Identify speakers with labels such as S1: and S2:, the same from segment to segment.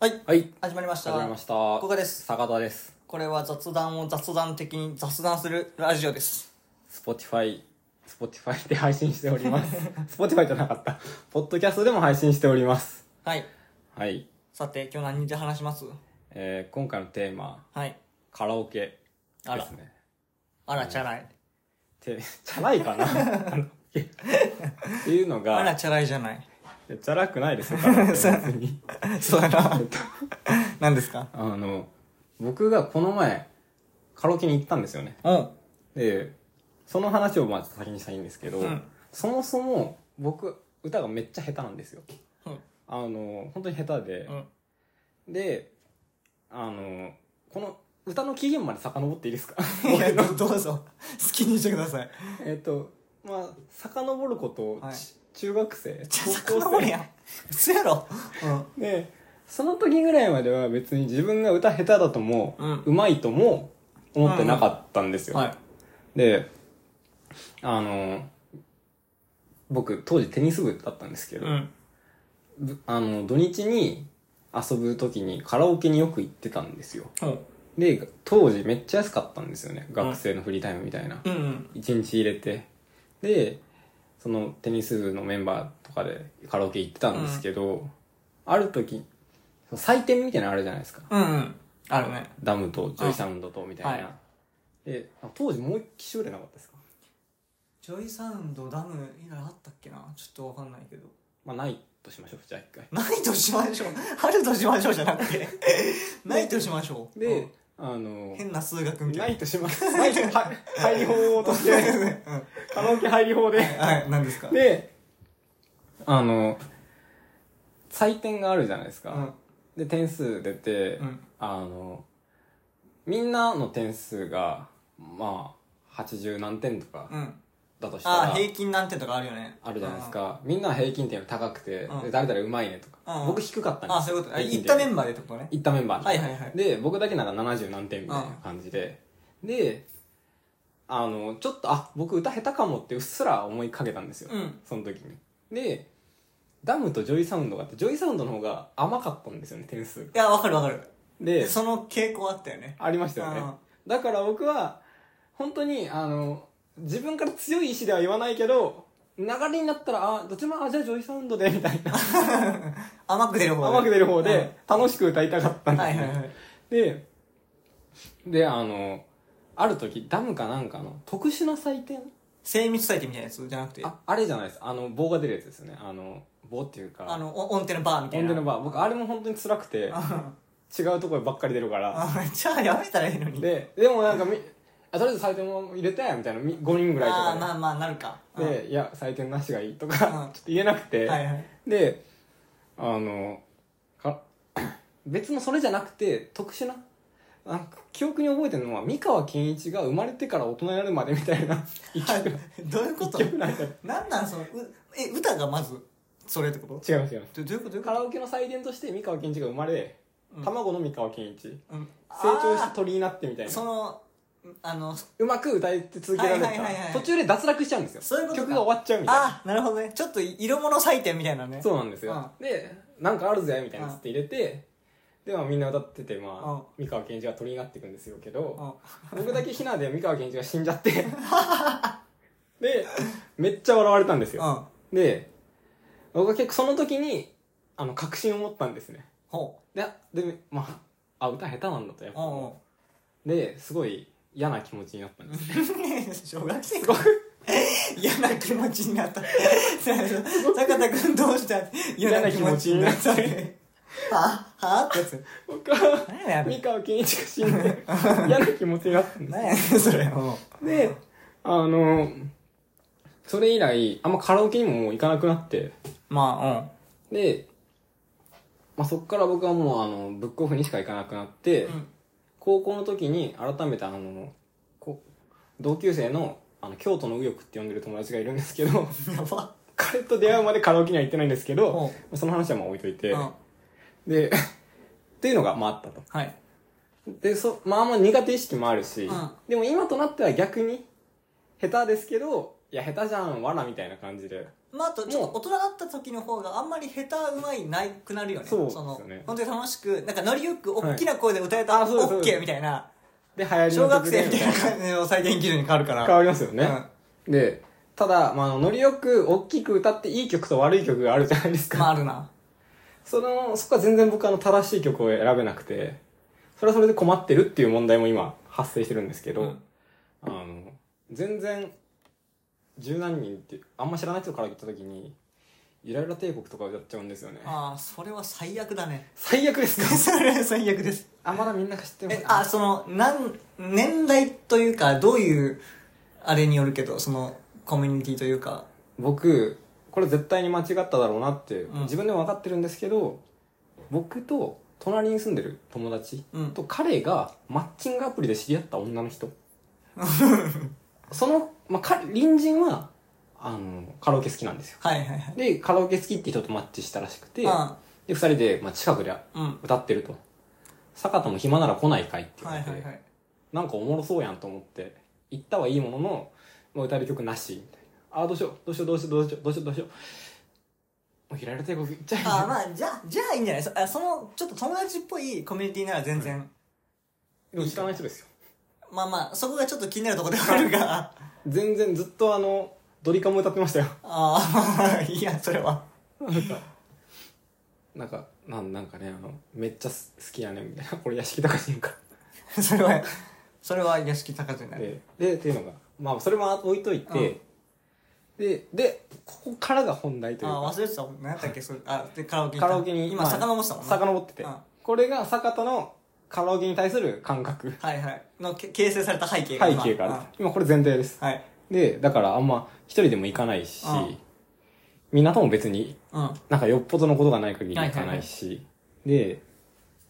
S1: はい。
S2: はい。
S1: 始まりました。
S2: 始まりました。
S1: ここです。
S2: 坂田です。
S1: これは雑談を雑談的に雑談するラジオです。
S2: Spotify、Spotify で配信しており ます。Spotify じゃなかった。ポッドキャストでも配信しております。
S1: はい。
S2: はい。
S1: さて、今日何で話します
S2: えー、今回のテーマ、
S1: はい。
S2: カラオケで
S1: あら
S2: すね。
S1: あら、チャラい。
S2: て、チャラい かなカラオケっていうの
S1: あら、
S2: が、
S1: チャラいじゃない。
S2: いやチャラくないですよ、カラオケ別 に。
S1: そうや な。何ですか
S2: あの、僕がこの前、カラオケに行ったんですよね。
S1: うん。
S2: で、その話をまず先にしたいんですけど、
S1: うん
S2: そもそも僕、歌がめっちゃ下手なんですよ。
S1: うん。
S2: あの、本当に下手で
S1: う、ん。
S2: で、あの、この歌の起源まで遡っていいです か
S1: いやどどうぞ。好きにしてください。
S2: えっと、まあ、遡ること、
S1: はい
S2: ち中学生、
S1: ちゃ、
S2: 高
S1: 遡
S2: 校
S1: る
S2: 生。
S1: やん。嘘やろ。
S2: で、その時ぐらいまでは別に自分が歌下手だとも、
S1: うん
S2: うまいとも思ってなかったんです
S1: うん。
S2: よ。
S1: はい。
S2: で、あの、僕、当時テニス部だったんですけど、
S1: うん。
S2: ぶあの、土日に遊ぶ時にカラオケによく行ってたんですよ。
S1: うん。
S2: で、当時めっちゃ安かったんですよね。学生のフリータイムみたいな。
S1: うん。
S2: 一、日入れて。で、そのテニス部のメンバーとかでカラオケ行ってたんですけど、ある時、採点みたいなのあるじゃないですか。
S1: うん。うん。あるね。
S2: ダムとジョイサウンドとみたいな。
S1: はい
S2: で、あ当時もう一機種ぐらいなかったですか
S1: ジョイサウンド、ダム、いろいろあったっけなちょっとわかんないけど。
S2: まあないとしましょう、じゃあ一回。
S1: ないとしましょう。春としましょうじゃなく て。ないとしましょう。
S2: で、あの
S1: うん、、変な数学みた
S2: ないいとします。ないと、 は入り法として、 カラオケ入り法で。
S1: な。はい、何ですか
S2: で、あの、採点があるじゃないです
S1: う
S2: か。
S1: ん。
S2: で、点数出て、
S1: うん
S2: あの、みんなの点数が、まあ、80何点とか
S1: うん。
S2: だとしたら、
S1: あ、平均なんてとかあるよね。
S2: あるじゃないですか。みんな平均点より高くて、
S1: うん
S2: で誰々うまいねとか。
S1: うん
S2: 僕低かった
S1: うんん。
S2: です
S1: あ、そういうこと。あ
S2: 平均
S1: 行っ
S2: 点
S1: たメンバーでってことね。
S2: 行ったメンバーで
S1: はいはいはい
S2: で、僕だけなんか70何点みたいな感じで。で、あの、ちょっと、あ、僕歌下手かもってうっすら思いかけたんですよ。
S1: うん。
S2: その時に。で、ダムとジョイサウンドがあって、ジョイサウンドの方が甘かったんですよね、点数。
S1: いや、わかるわかる。
S2: で、
S1: その傾向あったよね。
S2: ありましたよね。だから僕は、本当に、あの、自分から強い意志では言わないけど、流れになったら、あ、どっちも、あ、じゃあジョイサウンドで、みたい な、
S1: 甘く出る方
S2: 甘く出る方
S1: うん
S2: で、楽しく歌いたかったんです
S1: は
S2: よ
S1: いはいはい。
S2: で、で、あの、ある時、ダムかなんかの特殊な採点
S1: 精密採点みたいなやつじゃなくて。
S2: あ、あれじゃないです。あの、棒が出るやつですよね。あの、棒っていう
S1: あ
S2: か、
S1: の、お音程のバーみた
S2: オ
S1: い
S2: ン
S1: な。
S2: デのバー。僕、あれも本当に辛くて、違うところばっかり出るから。
S1: あ、じゃあやめたらいいのに。
S2: で、でもなんかみ、あ、とりあえず採点も入れて、みたいな、み5人ぐらいと
S1: あ
S2: か
S1: ー
S2: で。
S1: まあまあ、なるか。うん
S2: で、いや、採点なしがいいと か、ちょ
S1: うん
S2: っと言えなくて、
S1: はいはい。
S2: で、あの、か 別のそれじゃなくて、特殊な、なんか記憶に覚えてるのは、三河健一が生まれてから大人になるまでみたいな、一曲、
S1: どういうこと
S2: 一曲なんか、
S1: なんなんその、うえ、歌がまず、それってこと
S2: 違います違いま
S1: どどういうことどういう
S2: す。
S1: こ
S2: カラオケの祭典として三河健一が生まれ、
S1: うん
S2: 卵の三河健一、成
S1: と、うん、
S2: 長して
S1: あ
S2: 鳥になってみたい
S1: ー
S2: な
S1: そ。のあの
S2: うまく歌い続けられた、
S1: はいはいはいはい
S2: 途中で脱落しちゃうんですよ。
S1: そういうことか
S2: 曲が終わっちゃうみたいな。
S1: あなるほどねちょっと色物採点みたいなね
S2: そうなんですよ。で、なんかあるぜ、みたいなっつって入れて、で、まあみんな歌ってて、まあ、三河健一が鳥になっていくんですよけど、
S1: うん
S2: 僕だけヒナで三河健一が死んじゃってでめっちゃ笑われたんです
S1: う
S2: よ
S1: ん
S2: で僕は結構その時にあの確信を持ったんですね
S1: ほ
S2: ででまああ歌下手なんだとやっ
S1: ううん
S2: ぱですごい嫌な気持ちになったんですね
S1: うん小学生か嫌な気持ちになった坂田君どうした嫌な気持ちになった
S2: 嫌な気持ち
S1: ははってやつ
S2: 僕は
S1: 何やね
S2: 三
S1: ん
S2: 河健一が死んで嫌な気持ちになったんで
S1: 何やねんそれうん
S2: すであのそれ以来あんまカラオケにももう行かなくなって
S1: ま
S2: で、まあ、そこから僕はもうあのブックオフにしか行かなくなって、
S1: あうんうん
S2: 高校の時に改めてあのこ同級生のあの京都の右翼って呼んでる友達がいるんですけど
S1: やば
S2: 彼と出会うまでカラオケには行ってないんですけど、
S1: ほ
S2: その話はまあ置いといて、
S1: ううん
S2: でっていうのがまああったと
S1: はい
S2: でそまあまあ苦手意識もあるし、
S1: うん
S2: でも今となっては逆に下手ですけどいや下手じゃんわらみたいな感じで
S1: まあ、あとちょっと大人だった時の方があんまり下手うまいないくなるよね
S2: そうですよ
S1: の
S2: ね
S1: 本当に楽しくなんかノリよく
S2: はい
S1: 大きな声で歌えたら
S2: あそうですそうです
S1: OK みたいな
S2: で流行り
S1: 小
S2: の
S1: 学
S2: 曲で
S1: 生みたいな感じの採点基準に変わるから
S2: 変わりますよね、でただ、まあ、あのノリよく大きく歌っていい曲と悪い曲があるじゃないで
S1: う
S2: すか、
S1: んまああるな
S2: そのそこは全然僕あの正しい曲を選べなくてそれはそれで困ってるっていう問題も今発生してるんですけど、
S1: うん
S2: あの全然十何人ってあんま知らない人から言った時に「ゆらゆら帝国」とか歌っちゃうんですよね
S1: ああそれは最悪だね
S2: 最悪ですか
S1: それは最悪です
S2: あまだみんなが知ってます
S1: えあそのなん年代というかどういうあれによるけどそのコミュニティというか
S2: 僕これ絶対に間違っただろうなって、
S1: うん
S2: 自分でも分かってるんですけど僕と隣に住んでる友達
S1: うん
S2: と彼がマッチングアプリで知り合った女 の人その、まあ、か隣人はあのカラオケ好きなんですよ
S1: はいはいはい
S2: でカラオケ好きって人とマッチしたらしくてで
S1: あ
S2: 2人で、まあ、近くで
S1: あうん
S2: 歌ってると坂田も暇なら来ないかいって言
S1: は
S2: わ
S1: い
S2: れて、
S1: はいはい
S2: なんかおもろそうやんと思って行ったはいいものの、まあ、歌える曲なしみたいなあーどうしようどうしようどうしようどうしようどうしようどうしようもう平井帝国行っちゃえ
S1: ああまあじゃあじゃあいいんじゃないそあそのちょっと友達っぽいコミュニティなら全然、
S2: でも知らない人ですよ
S1: まあまあそこがちょっと気になるところではあるが あ
S2: 全然ずっとあのドリカム歌ってましたよ
S1: あいやそれは
S2: なんかなんかなんなんかねあのめっちゃす好きやねんみたいな これ屋敷隆人か
S1: それはそれは屋敷隆人だね
S2: ででっていうのがまあそれも置いといて、ででここからが本題という
S1: ああ
S2: か
S1: 忘れてたもん何だっけそれあでカラオケ行った
S2: カラオケに
S1: 今
S2: まあ
S1: 遡ってたもんね
S2: 遡ってて、
S1: うん
S2: これが坂田のカラオケに対する感覚
S1: はいはいのけ形成された背景
S2: 背
S1: が
S2: 景から今これ前提です
S1: うんはい
S2: でだからあんま一人でも行かないし、
S1: うん
S2: みんなとも別に
S1: うん
S2: なんかよっぽどのことがない限り行かないし、で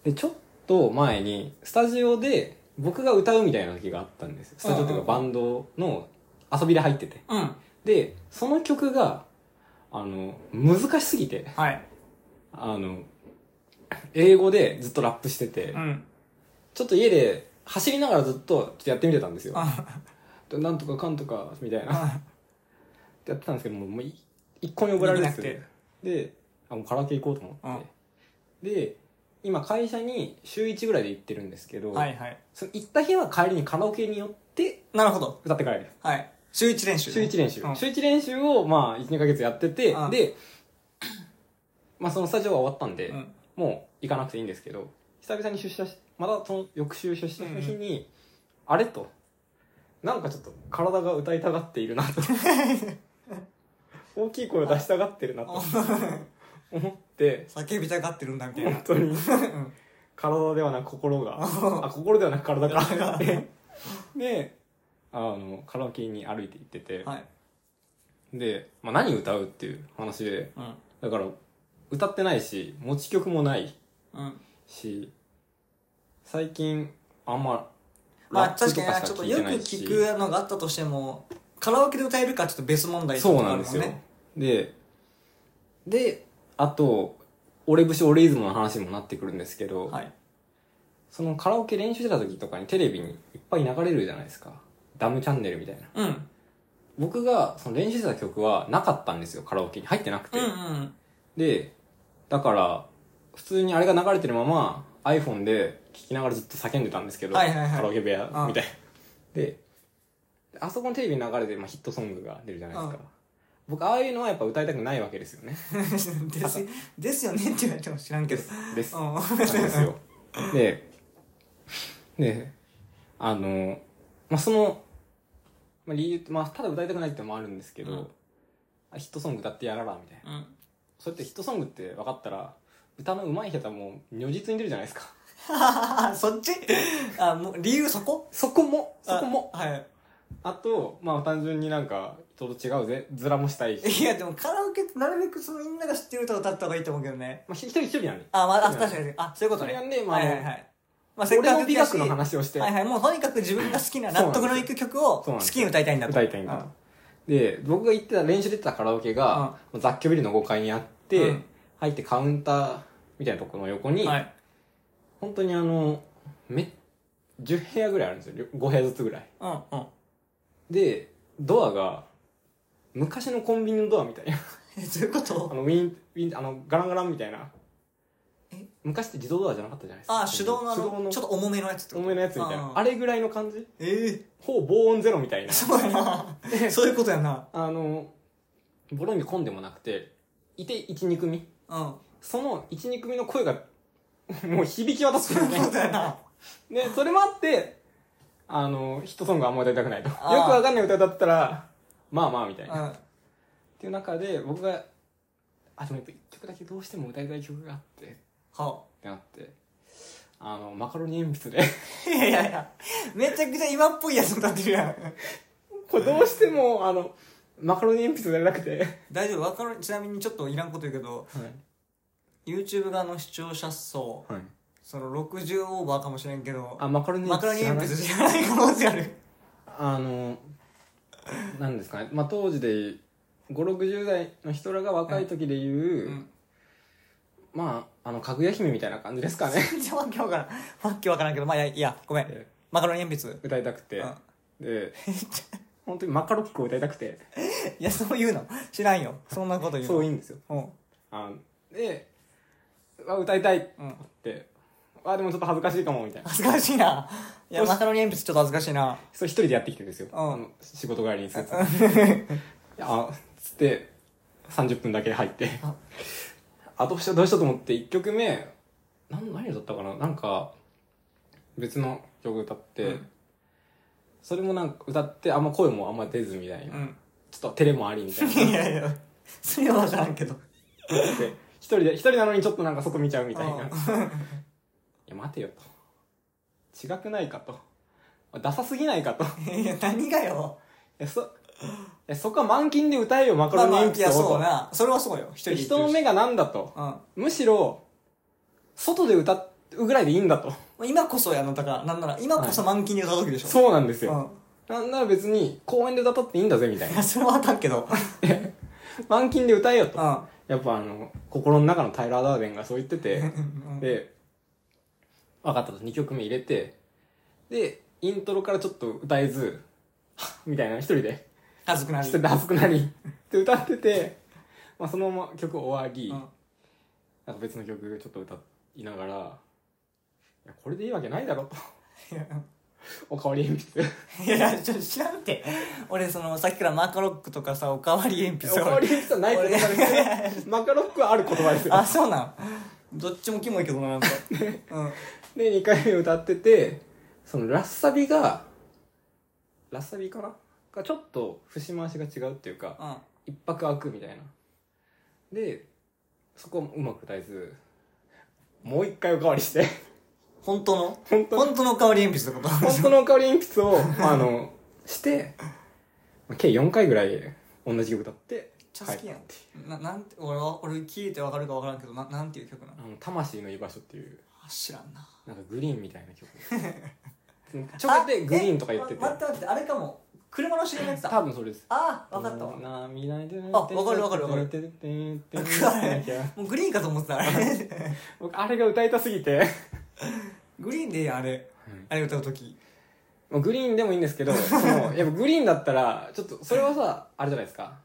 S2: でちょっと前にスタジオで僕が歌うみたいな時があったんですスタジオっていうかバンドの遊びで入ってて
S1: うん
S2: でその曲があの難しすぎて
S1: はい
S2: あの英語でずっとラップしてて、
S1: うん
S2: ちょっと家で走りながらずっとちょっとやってみてたんですよ
S1: あ
S2: なんとかかんとかみたいな
S1: あ
S2: やってたんですけどもうもうい一個に覚えられなく
S1: でき
S2: てであもうカラオケ行こうと思って、で今会社に週1ぐらいで行ってるんですけど、
S1: はいはい
S2: その行った日は帰りにカラオケに寄って
S1: なるほど
S2: 歌って帰る
S1: はい週一練習
S2: 週1練習、
S1: うん
S2: 週1練習をまあ12ヶ月やってて、
S1: うん
S2: で、まあ、そのスタジオは終わったんで、
S1: うん
S2: もう行かなくていいんですけど久々に出社しまたその翌週出社した日に、あれとなんかちょっと体が歌いたがっているなと大きい声を出したがってるなと思って
S1: 叫びたがってるんだみたいな
S2: 本当に
S1: うん
S2: 体ではなく心が
S1: あ
S2: あ心ではなく体か
S1: 体が
S2: で であのカラオケに歩いて行ってて、
S1: はい
S2: で、まあ、何歌うっていう話で
S1: うん
S2: だから歌ってないし持ち曲もない
S1: うん
S2: し最近あんま
S1: まあ
S2: ラップ
S1: 確
S2: と
S1: か
S2: し
S1: に
S2: か
S1: ちょっと
S2: 聞い
S1: よ
S2: て
S1: く
S2: ないし
S1: 聞くのがあったとしてもカラオケで歌えるかちょっと別問題って
S2: そ
S1: こ
S2: う
S1: とが
S2: な
S1: あ
S2: ん
S1: る
S2: で
S1: も
S2: すよでであと俺節俺イズムの話にもなってくるんですけど、
S1: はい
S2: そのカラオケ練習してた時とかにテレビにいっぱい流れるじゃないですかダムチャンネルみたいな
S1: うん
S2: 僕がその練習してた曲はなかったんですよカラオケに入ってなくて、
S1: うんうん
S2: でだから普通にあれが流れてるまま iPhone で聴きながらずっと叫んでたんですけど、
S1: はいはいはい
S2: カラオケ部屋
S1: うん
S2: みたいなであそこのテレビに流れて、まあ、ヒットソングが出るじゃないですか
S1: うん
S2: 僕ああいうのはやっぱ歌いたくないわけですよ ね
S1: ですですよねって言われても知らんけど
S2: です
S1: うん
S2: なんですよ。で、で、あの、まあ、その、まあ、理由、まあ、ただ歌いたくないってのもあるんですけど、
S1: うん
S2: あヒットソング歌ってやらら、みたいな。
S1: うん
S2: それってヒットソングって分かったら、歌の上手い下手もう如実に出るじゃないですか。
S1: あそっちあもう理由 そこ
S2: そこも、そこも。
S1: あはい
S2: あと、まあ、単純になんか、人と違うぜ、ずらもしたいし。
S1: いやでもカラオケってなるべくそのみんなが知ってる歌を歌った方がいいと思うけどね
S2: まあ、一人一人なんで。
S1: あまああ確かにあそういうことね
S2: それはねまあ
S1: はいはいはいまあせっ
S2: 俺
S1: か
S2: も
S1: く
S2: 美
S1: だし
S2: 学の話をして、
S1: はいはいもうとにかく自分が好きな
S2: そうな
S1: 納
S2: んです
S1: 得
S2: よ
S1: のいく曲を
S2: そうな
S1: 好
S2: んです
S1: きに歌いたいんだと
S2: 歌いたいんだと。で、僕が行ってた、練習で行ってたカラオケ
S1: うん
S2: が、雑居ビルの5階にあって、
S1: うん
S2: 入ってカウンターみたいなところの横
S1: う
S2: に、
S1: んはい
S2: 本当にあの、め、10部屋ぐらいあるんですよ。5部屋ずつぐらい。
S1: うんうん
S2: で、ドアが、昔のコンビニのドアみたいな
S1: え どういうこ
S2: あ
S1: と
S2: のウィンウィンあのガランガランみたいな
S1: え
S2: 昔って自動ドアじゃなかったじゃないですか
S1: あ手動のあ
S2: 手動
S1: の
S2: の
S1: ちょっと重めのやつってこと
S2: 重めのやつみたいなあ
S1: れ
S2: れぐらいの感じ
S1: ええ
S2: ほぼ防音ゼロみたい な
S1: そうやな そういうことやな
S2: あのボロに混んでもなくていて12組
S1: うん
S2: その12組の声がもう響き渡って
S1: そう
S2: くる
S1: いうこ
S2: ね
S1: とやな
S2: でそれもあってあのヒットソングあんま歌いたくないとよく
S1: あー
S2: わかんない歌だったらまあまあみたいな
S1: うん
S2: っていう中で僕があでもやっぱ一曲だけどうしても歌いたい曲があってっ
S1: は
S2: てなってあのマカロニ鉛筆で
S1: いやいやいやめちゃくちゃ今っぽいやつ歌ってるやん
S2: これどうしてもあのマカロニ鉛筆じゃなくて、
S1: 大丈夫わかるちなみにちょっといらんこと言うけど YouTube 側の視聴者層
S2: はい、
S1: その60オーバーかもしれんけど
S2: あマカロニ
S1: マクロニ
S2: 知ら
S1: 鉛
S2: ない
S1: 筆知らない可能性ある
S2: あのなんですかね、まあ、当時で560代の人らが若い時で言う、
S1: うん
S2: まああのかぐや姫みたいな感じですかね
S1: じゃあわけわからんわけわからんけどまあいやいやごめん
S2: え
S1: マカロニ鉛筆
S2: 歌いたくて
S1: うん
S2: で本当にマカロックを歌いたくて
S1: いやそう言うの知らんよそんなこと言うの
S2: そういいんですよ
S1: うん
S2: あでうわ歌いたいって
S1: うん
S2: って、あでもちょっと恥ずかしいかもみたいな
S1: 恥ずかしいな。いや、
S2: よし
S1: マカロニ鉛筆ちょっと恥ずかしいな。
S2: それ一人でやってきてるんですよ、
S1: うん
S2: あの仕事帰りにスーツいや あつって30分だけ入って
S1: あ
S2: あどうしようどうしようと思って1曲目なん何だったかななんか別の曲歌って、
S1: うん
S2: それもなんか歌ってあんま声もあんま出ずみたいな、
S1: うん。
S2: ちょっと照れもありみたいな
S1: いやいや、それはわからんけど。
S2: で一人で一人なのにちょっとなんか外見ちゃうみたいな
S1: うん
S2: いや待てよと違くないかとダサすぎないかとい
S1: いや、何がよ。
S2: やそい やそこは満勤で歌えよマカ
S1: まあ
S2: ロニ
S1: まあ、
S2: 鉛
S1: い
S2: 筆
S1: や、
S2: をと、
S1: そうな。それはそうよ。一人で言って
S2: 人の
S1: るし
S2: 目がなんだと
S1: うん。ま
S2: むしろ外で歌うぐらいでいいんだと
S1: あ今こそやの、だから、なんなら、今こそ満金で歌う時でしょ。
S2: そうなんです
S1: う
S2: よ、なんなら別に公園で歌ったっていいんだぜみたい
S1: ん。い
S2: な
S1: や、それはあかんけ ど。
S2: 満勤で歌えよ
S1: う
S2: と
S1: ん。
S2: やっぱあの心の中のタイラー・ダーデンがそう言ってて
S1: うん
S2: で、分かったと、2曲目入れて、で、イントロからちょっと歌えず、 はっみたいな、一人で、
S1: 恥ずくな
S2: 一
S1: る。
S2: 人で恥ずくなり、って 歌ってて、まあそのまま曲終わり、
S1: うん
S2: なんか別の曲ちょっと歌いながら、いや、これでいいわけないだろ、と。
S1: いや
S2: おかわり鉛 筆。
S1: いや、いやちょっと知らんって。俺、その、さっきからマカロックとかさ、おかわり鉛
S2: お
S1: 筆
S2: かわり鉛筆はない言葉 ですけど、マカロックはある言葉ですよ。
S1: あ、そうなん。どっちもキモいけどな、 なんか。うん。
S2: で、2回目歌ってて、そのラッサビが、ラッサビかながちょっと節回しが違うっていうか、
S1: うん。
S2: 一泊空くみたいなでそこはうまく歌えずもう一回おかわりして
S1: 本当の
S2: 本当
S1: 本当のおかわり鉛筆ってこと
S2: 本当のおかわり鉛筆をあのして計4回ぐらい同じ曲歌って
S1: ちゃ好きやん
S2: 帰ったってい
S1: ななんて俺は俺聞いてわかるかわからんけどななんていう曲なの
S2: うあの「魂の居場所」っていう
S1: あ知らんな
S2: なんかグリーンみたいな曲ちょこでグリーンとか言ってて
S1: あえ待って待ってあれかも車の CM やってた
S2: 多分それです
S1: あ分かったわ
S2: なみないで
S1: あわかるわかるわかるもうグリーンかと思ってたあ れ
S2: 僕あれが歌いたすぎて
S1: グリーンでいいやんあれあれ歌う時
S2: まあ、グリーンでもいいんですけ ど、その、やっぱグリーンだったら、ちょっと、それはさ、あれじゃないですか。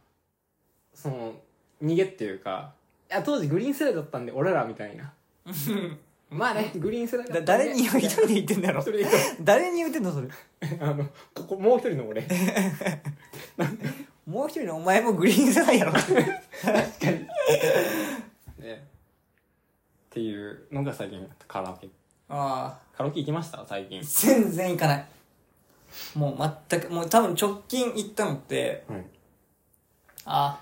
S2: その、逃げっていうか、いや、当時グリーン世代だったんで、俺らみたいな。まあね、グリーン世代 だ
S1: だ
S2: ったんで
S1: 誰に一人で言ってんだろ
S2: 一人で行こ
S1: 誰に言ってんのそれ
S2: うあの、ここ、もう一人の 俺。確
S1: もう一人のお前もグリーン世代や ろ
S2: かに。ね。っていうのが最近、カラオケ。
S1: ああ
S2: カラオケ行きました最近。
S1: 全然行かないもう全くもう多分直近行ったのって
S2: はい。
S1: あ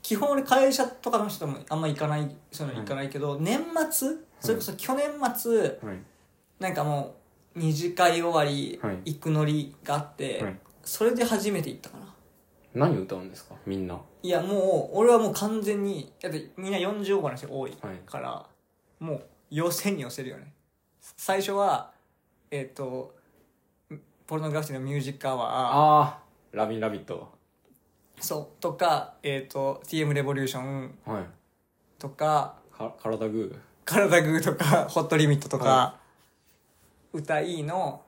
S1: 基本俺会社とかの人もあんま行かないそういうの行かないけど、年末それこそ去年末、
S2: はい。
S1: なんかもう二次会終わり、
S2: はい
S1: 行くのりがあって、
S2: はい
S1: それで初めて行ったかな
S2: 何歌うんですかみんな。
S1: いやもう俺はもう完全にだってみんな40オーバーの人多い
S2: はい
S1: から、もう寄せに寄せるよね最初はえっ、とポルノグラフィティのミュージックアワー
S2: あー、ラビンラビット。
S1: そうとかえっ、と TM レボリューション
S2: はい。
S1: とか
S2: か、体グー。
S1: 体グーとか、 ホットリミットとか、
S2: は
S1: 歌いいの、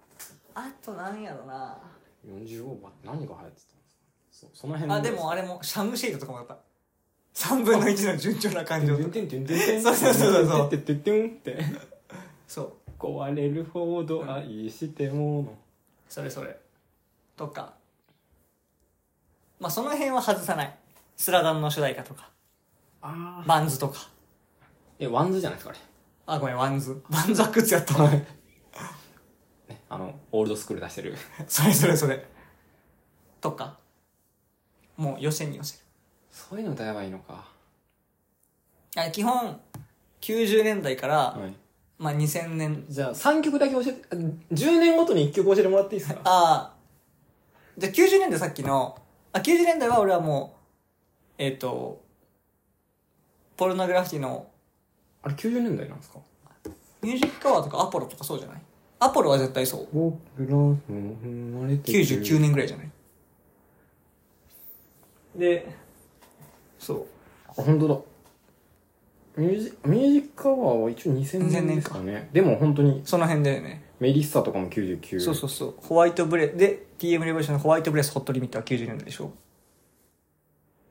S1: あとなんやろな。
S2: 45番何が流行ってたんですかそうその辺
S1: あ、でもあれも、シャムシェイドとかもだった。3分の1の順調な感情
S2: てん
S1: と。
S2: てんてんてんてん
S1: そうそうそうそう
S2: てんてんてんてんてんって
S1: そう。
S2: 壊れるほど愛してもの
S1: それそれ。とか。まあ、その辺は外さない。スラダンの主題歌とか、
S2: あ
S1: バンズとか。
S2: えワンズじゃないですかあれ
S1: あ、ごめん、ワンズ。バンズはクッズやった。
S2: ねあのオールドスクール出してる
S1: それそれそれ。とか。もう、寄せに寄せる。
S2: そういうの歌えばいいのか
S1: あ基本、90年代から、
S2: はい
S1: まあ、2000年。
S2: じゃあ3曲だけ教えてあ10年ごとに1曲教えてもらっていいですか
S1: ああ。じゃあ90年代さっきの、あ、90年代は俺はもう、えっ、と、ポルノグラフィティの
S2: あれ90年代なんですか
S1: ミュージックアワーとかアポロとかそうじゃないアポロは絶対そう。
S2: 僕らの生まれて
S1: 99年ぐらいじゃない
S2: で
S1: そう。
S2: あ本当だミュージミュージックアワーは一応2000年ですかねでも本当に
S1: その辺だよね。
S2: メリッサとかも99
S1: そうそうそう。ホワイトブレで、TM レボリューションのホワイトブレスホットリミットは90年代でしょ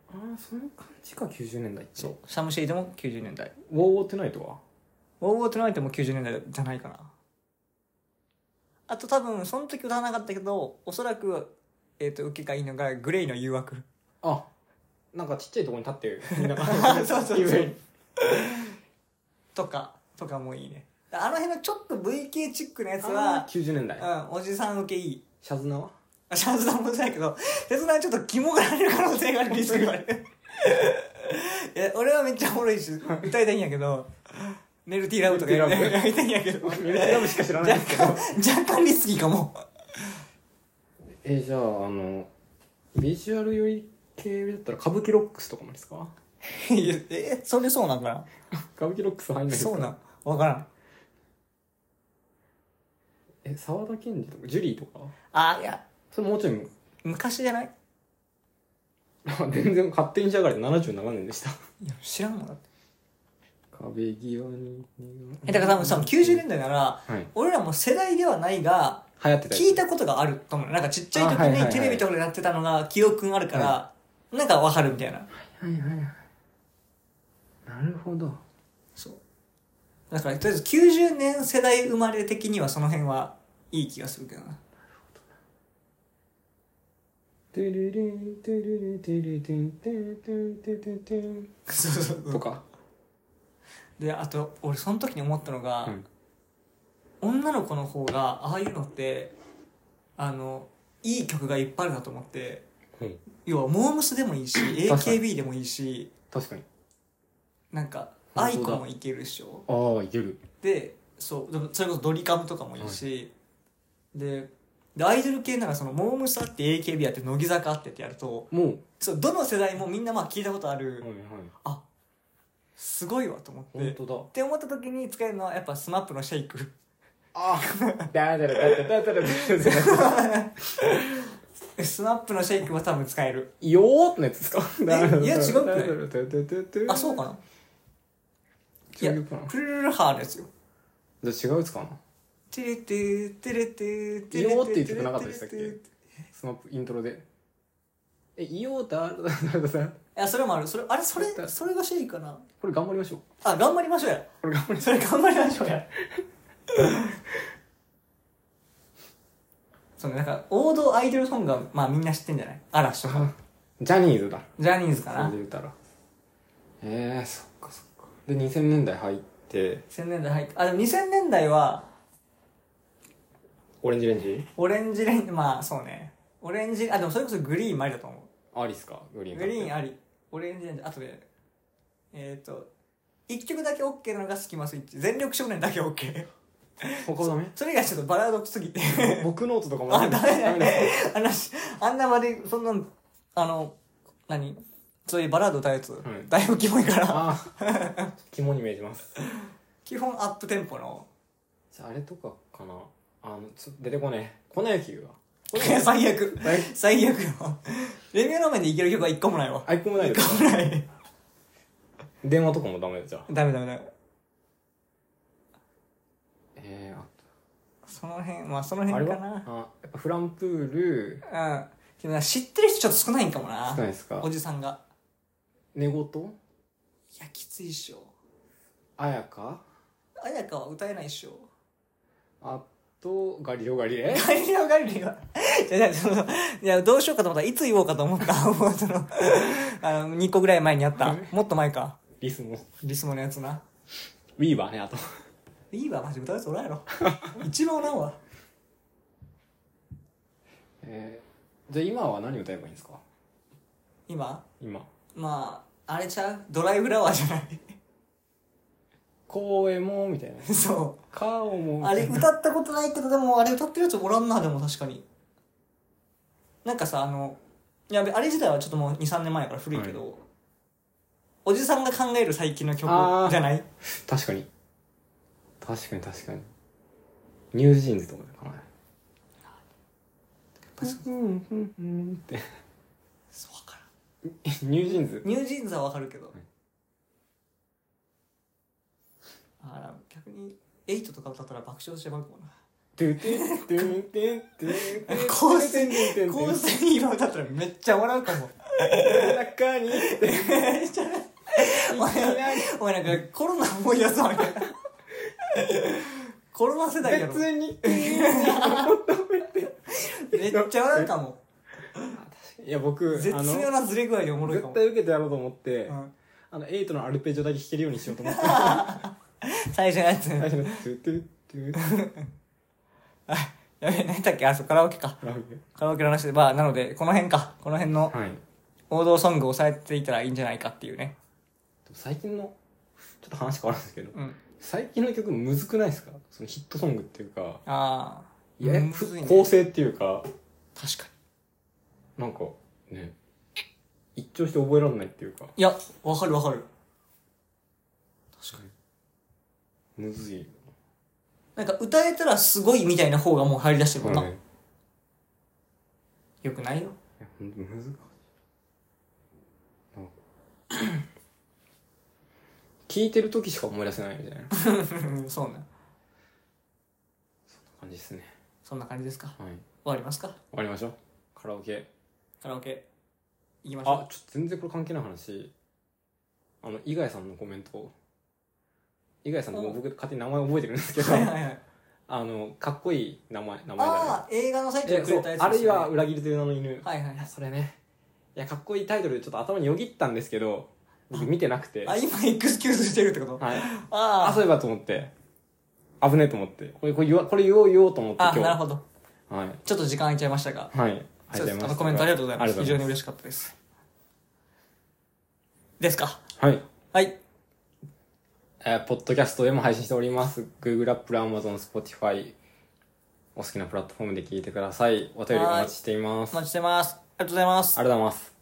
S2: ああそういう感じか90年代って
S1: そう。シャムシェイドも90年代。
S2: ウォー・テナイトは
S1: ウォーウォートナイトも90年代じゃないかな。あと多分、その時歌わなかったけど、おそらく、えっ、と、受けがいいのが、グレイの誘惑。
S2: あなんかちっちゃいところに立って るみんな が
S1: そうそうそう
S2: 上に
S1: とか、とかもいいね。あの辺のちょっと VK チックなやつ
S2: あ
S1: は
S2: ー、90年代
S1: うん、おじさん受けいい。
S2: シャズナは
S1: あシャンズさんもじゃないけど、鉄なはちょっと肝がられる可能性があるリスクがある。 いや、俺はめっちゃおもろいし、歌いたいんやけど、メルティーラブとかやり
S2: メルティー ラ
S1: たいんやけど、
S2: メ
S1: 若
S2: ルティラブしか知らないですけど
S1: 干、若干リスキーかも。
S2: えじゃああのビジュアルより系だったら歌舞伎ロックスとかもですか
S1: いや え、それそうなんか
S2: 歌舞伎ロックス入んないん
S1: な
S2: ですか
S1: そうなんわからん。
S2: え沢田研二とかジュリーとか
S1: あ、いや、
S2: それもうちょい む
S1: 昔じゃない
S2: 全然勝手にしやがれて77年でした
S1: いや、知らんもんだって。
S2: 壁際に
S1: え、だから多分さ、90年代なら、
S2: はい
S1: 俺らも世代ではないが、
S2: 流行ってたやつ
S1: 聞いたことがあると思う。なんかちっちゃい時
S2: あはいはいは
S1: に
S2: い
S1: テレビとかでやってたのが記憶があるから、なんかわかるみたいな。
S2: はいはいはいなるほど
S1: そう。だから、とりあえず90年世代生まれ的にはその辺はいい気がするけど な。
S2: トゥルルントゥルルトゥルトゥントゥントゥントゥントゥントゥン
S1: そうそうそ
S2: と
S1: う。
S2: か
S1: で、あと、俺その時に思ったのが、
S2: うん
S1: 女の子の方が、ああいうのって、あの、いい曲がいっぱいあるなと思って、
S2: うん
S1: 要は、モームスでもいいし、
S2: 確かに
S1: AKB でもいいし、
S2: 確かに
S1: なんか、ア
S2: 本
S1: イ
S2: 当だ
S1: コもいけるでしょ。
S2: ああいける
S1: で、そう、でもそれこそドリカムとかもいいし、で、でアイドル系ならその、モームスあって AKB あって、乃木坂あってってやると、
S2: もう
S1: そうどの世代もみんなまあ聞いたことある、
S2: はいはい
S1: すごいわと思って
S2: 本
S1: っ
S2: 当だ
S1: て思った時に使えるのはやっぱスマップのシェイク
S2: ああだだだだだだだだ
S1: スマップのシェイクは多分使える
S2: よーってやつですか
S1: えいや違うくない
S2: く
S1: あそうかな
S2: 違うかな
S1: プルルルハーのやつよ
S2: じゃあ違うやつかな
S1: テレテーテレテーテレテー
S2: イオーっていう曲なかったでしたっけ
S1: テレテー
S2: スマップイントロでえいよーだだだだ
S1: いやそれもあるそれあれそれそれがシェイクかな
S2: これ頑張りましょう
S1: あ頑張りましょうや
S2: これ頑張り
S1: それ頑張りましょうやそうねなんか王道アイドルソングはまあみんな知ってんじゃない嵐とか
S2: ジャニーズだ
S1: ジャニーズか
S2: それ
S1: な
S2: で言うたらえー、そっかそっかで2000年代入って
S1: 2000年代入ってあでも2000年代は
S2: オレンジレンジ
S1: オレンジレンまあそうねオレンジあでもそれこそグリーンもありだと思
S2: アリスかグリー
S1: う
S2: ン
S1: グリーン
S2: あ
S1: ありオレンジレンジあとでえっ、ー、と1曲だけ OK なのがスキマスイッチ全力少年だけ OK
S2: 他ダメ
S1: それがちょっとバラードすぎて
S2: 僕ノートとかも
S1: あダメだ
S2: ダメだ
S1: あのあんなまでそんなあの何そういうバラード歌うやつ、
S2: ん
S1: だいぶキモいから
S2: あー肝に銘じます
S1: 基本アップテンポの
S2: じゃああれとかかなあのちょ出てこねえ粉雪が
S1: 最悪
S2: 大
S1: 最悪よレミューラーメンでいける曲は1個もない わ
S2: アイコンもないです
S1: 1個もない
S2: 電話とかもダメじゃあ
S1: ダメダメダメ
S2: えー、あ
S1: その辺まあその
S2: あれ
S1: 辺
S2: は
S1: かな
S2: あやっぱフランプール
S1: うんでもな知ってる人ちょっと少ないんかもな
S2: 少ないですか
S1: おじさんが
S2: 寝言
S1: いやきついっしょ
S2: あやか
S1: 綾香は歌えないっし ょ
S2: あとガリレオガリレ
S1: ガリレオガリレオじゃあじゃあその いやどうしようかと思ったいつ言おうかと思った もうそのあの2個ぐらい前にあったもっと前か
S2: リスも
S1: リスモのやつな
S2: ウィーバーねあと
S1: いいわマジ歌うやつおらん やろ一番おらんわ
S2: えー、じゃあ今は何歌えばいいんですか
S1: 今
S2: 今
S1: まああれちゃうドライフラワーじゃない
S2: 声もみたいな
S1: そ
S2: 顔
S1: う
S2: も
S1: あれ
S2: みたい
S1: 歌ったことないけどでもあれ歌ってるやつおらんなでも確かになんかさあのいやあれ自体はちょっともう23年前やから古いけど、おじさんが考える最近の曲
S2: あー
S1: じゃない
S2: な確かに確かに確かにニュージーンズとかかなうんうん うんって
S1: そうわからん
S2: ニュージーンズ
S1: ニュージーンズはわかるけど、
S2: い
S1: あら逆に8とか歌ったら爆笑してまうかもな
S2: トゥテントゥンテントゥンテン
S1: 香水
S2: テンテンテンテン
S1: 高専に今歌ったらめっちゃ笑うかも
S2: 中にって
S1: お前お前なんかコロナ思い出すわみたいなコロナ世代やろ
S2: 別に
S1: めっちゃ笑うかも
S2: いや僕
S1: 絶
S2: あの
S1: 妙なズレ具合でおもろいか
S2: 絶
S1: も、
S2: 対受けてやろうと思って、
S1: うん、
S2: あの8のアルペジオだけ弾けるようにしようと思 って
S1: 最初のやつ
S2: 最
S1: や
S2: 初のトゥトゥトゥト
S1: べ
S2: ゥ
S1: え何だっけあそうカラオケか
S2: ラブ
S1: カラオケの話でまあなのでこの辺かこの辺の
S2: はい
S1: 王道ソングを抑えていたらいいんじゃないかっていうね
S2: 最近のちょっと話変わるんですけど
S1: うん
S2: 最近の曲むずくないですかそのヒットソングっていうか
S1: ああ
S2: いや、
S1: むずいね
S2: 構成っていうか
S1: 確かに
S2: なんかね一聴して覚えられないっていうか
S1: いやわかるわかる
S2: むずい
S1: なんか歌えたらすごいみたいな方がもう入り出してるもんな、
S2: はい
S1: よくないよ
S2: いや、ほんと難しい。なん か聞いてる時しか思い出せないみたいな
S1: うんそうね
S2: 感じですね。
S1: そんな感じですか終
S2: はい。終
S1: わりますか
S2: わりましょう。カラオケ。
S1: カラオケ行きましょう
S2: あ、ちょっと全然これ関係ない話。あの、伊賀さんのコメント。伊賀さんってもう僕勝手に名前覚えてるんで すけど
S1: は、いはいはい
S2: あの、かっこいい名前、名前だね。
S1: ああ映画の最中
S2: え
S1: にく
S2: そ
S1: れ
S2: う
S1: たやつ
S2: ある
S1: です
S2: い
S1: よね
S2: は裏切りという名の犬。
S1: はいはい
S2: い
S1: は
S2: や、
S1: い
S2: それね。いや、かっこいいタイトルでちょっと頭によぎったんですけど、僕見てなくて。
S1: あ
S2: はい。
S1: 今エクスキューズしてるってこと
S2: あ、
S1: あ
S2: そういえばと思って。危ねえと思って。これ、これ言わこれ言おう言おうと思って
S1: ああ
S2: 今日。
S1: なるほど
S2: はい。
S1: ちょっと時間空いちゃいましたが
S2: はい。ありがと
S1: そうう
S2: ござ
S1: です
S2: いま
S1: あ
S2: す。
S1: のコメントありがとうございます非常に
S2: しい
S1: 嬉しかったですですか
S2: ます。はい。
S1: はい
S2: えーポッドキャストでも配信しております。Google、Apple、Amazon、Spotify。お好きなプラットフォームで聞いてください。お便りお待ちしています。
S1: お
S2: あり
S1: 待ちしてますありがとうございます
S2: がとうございます。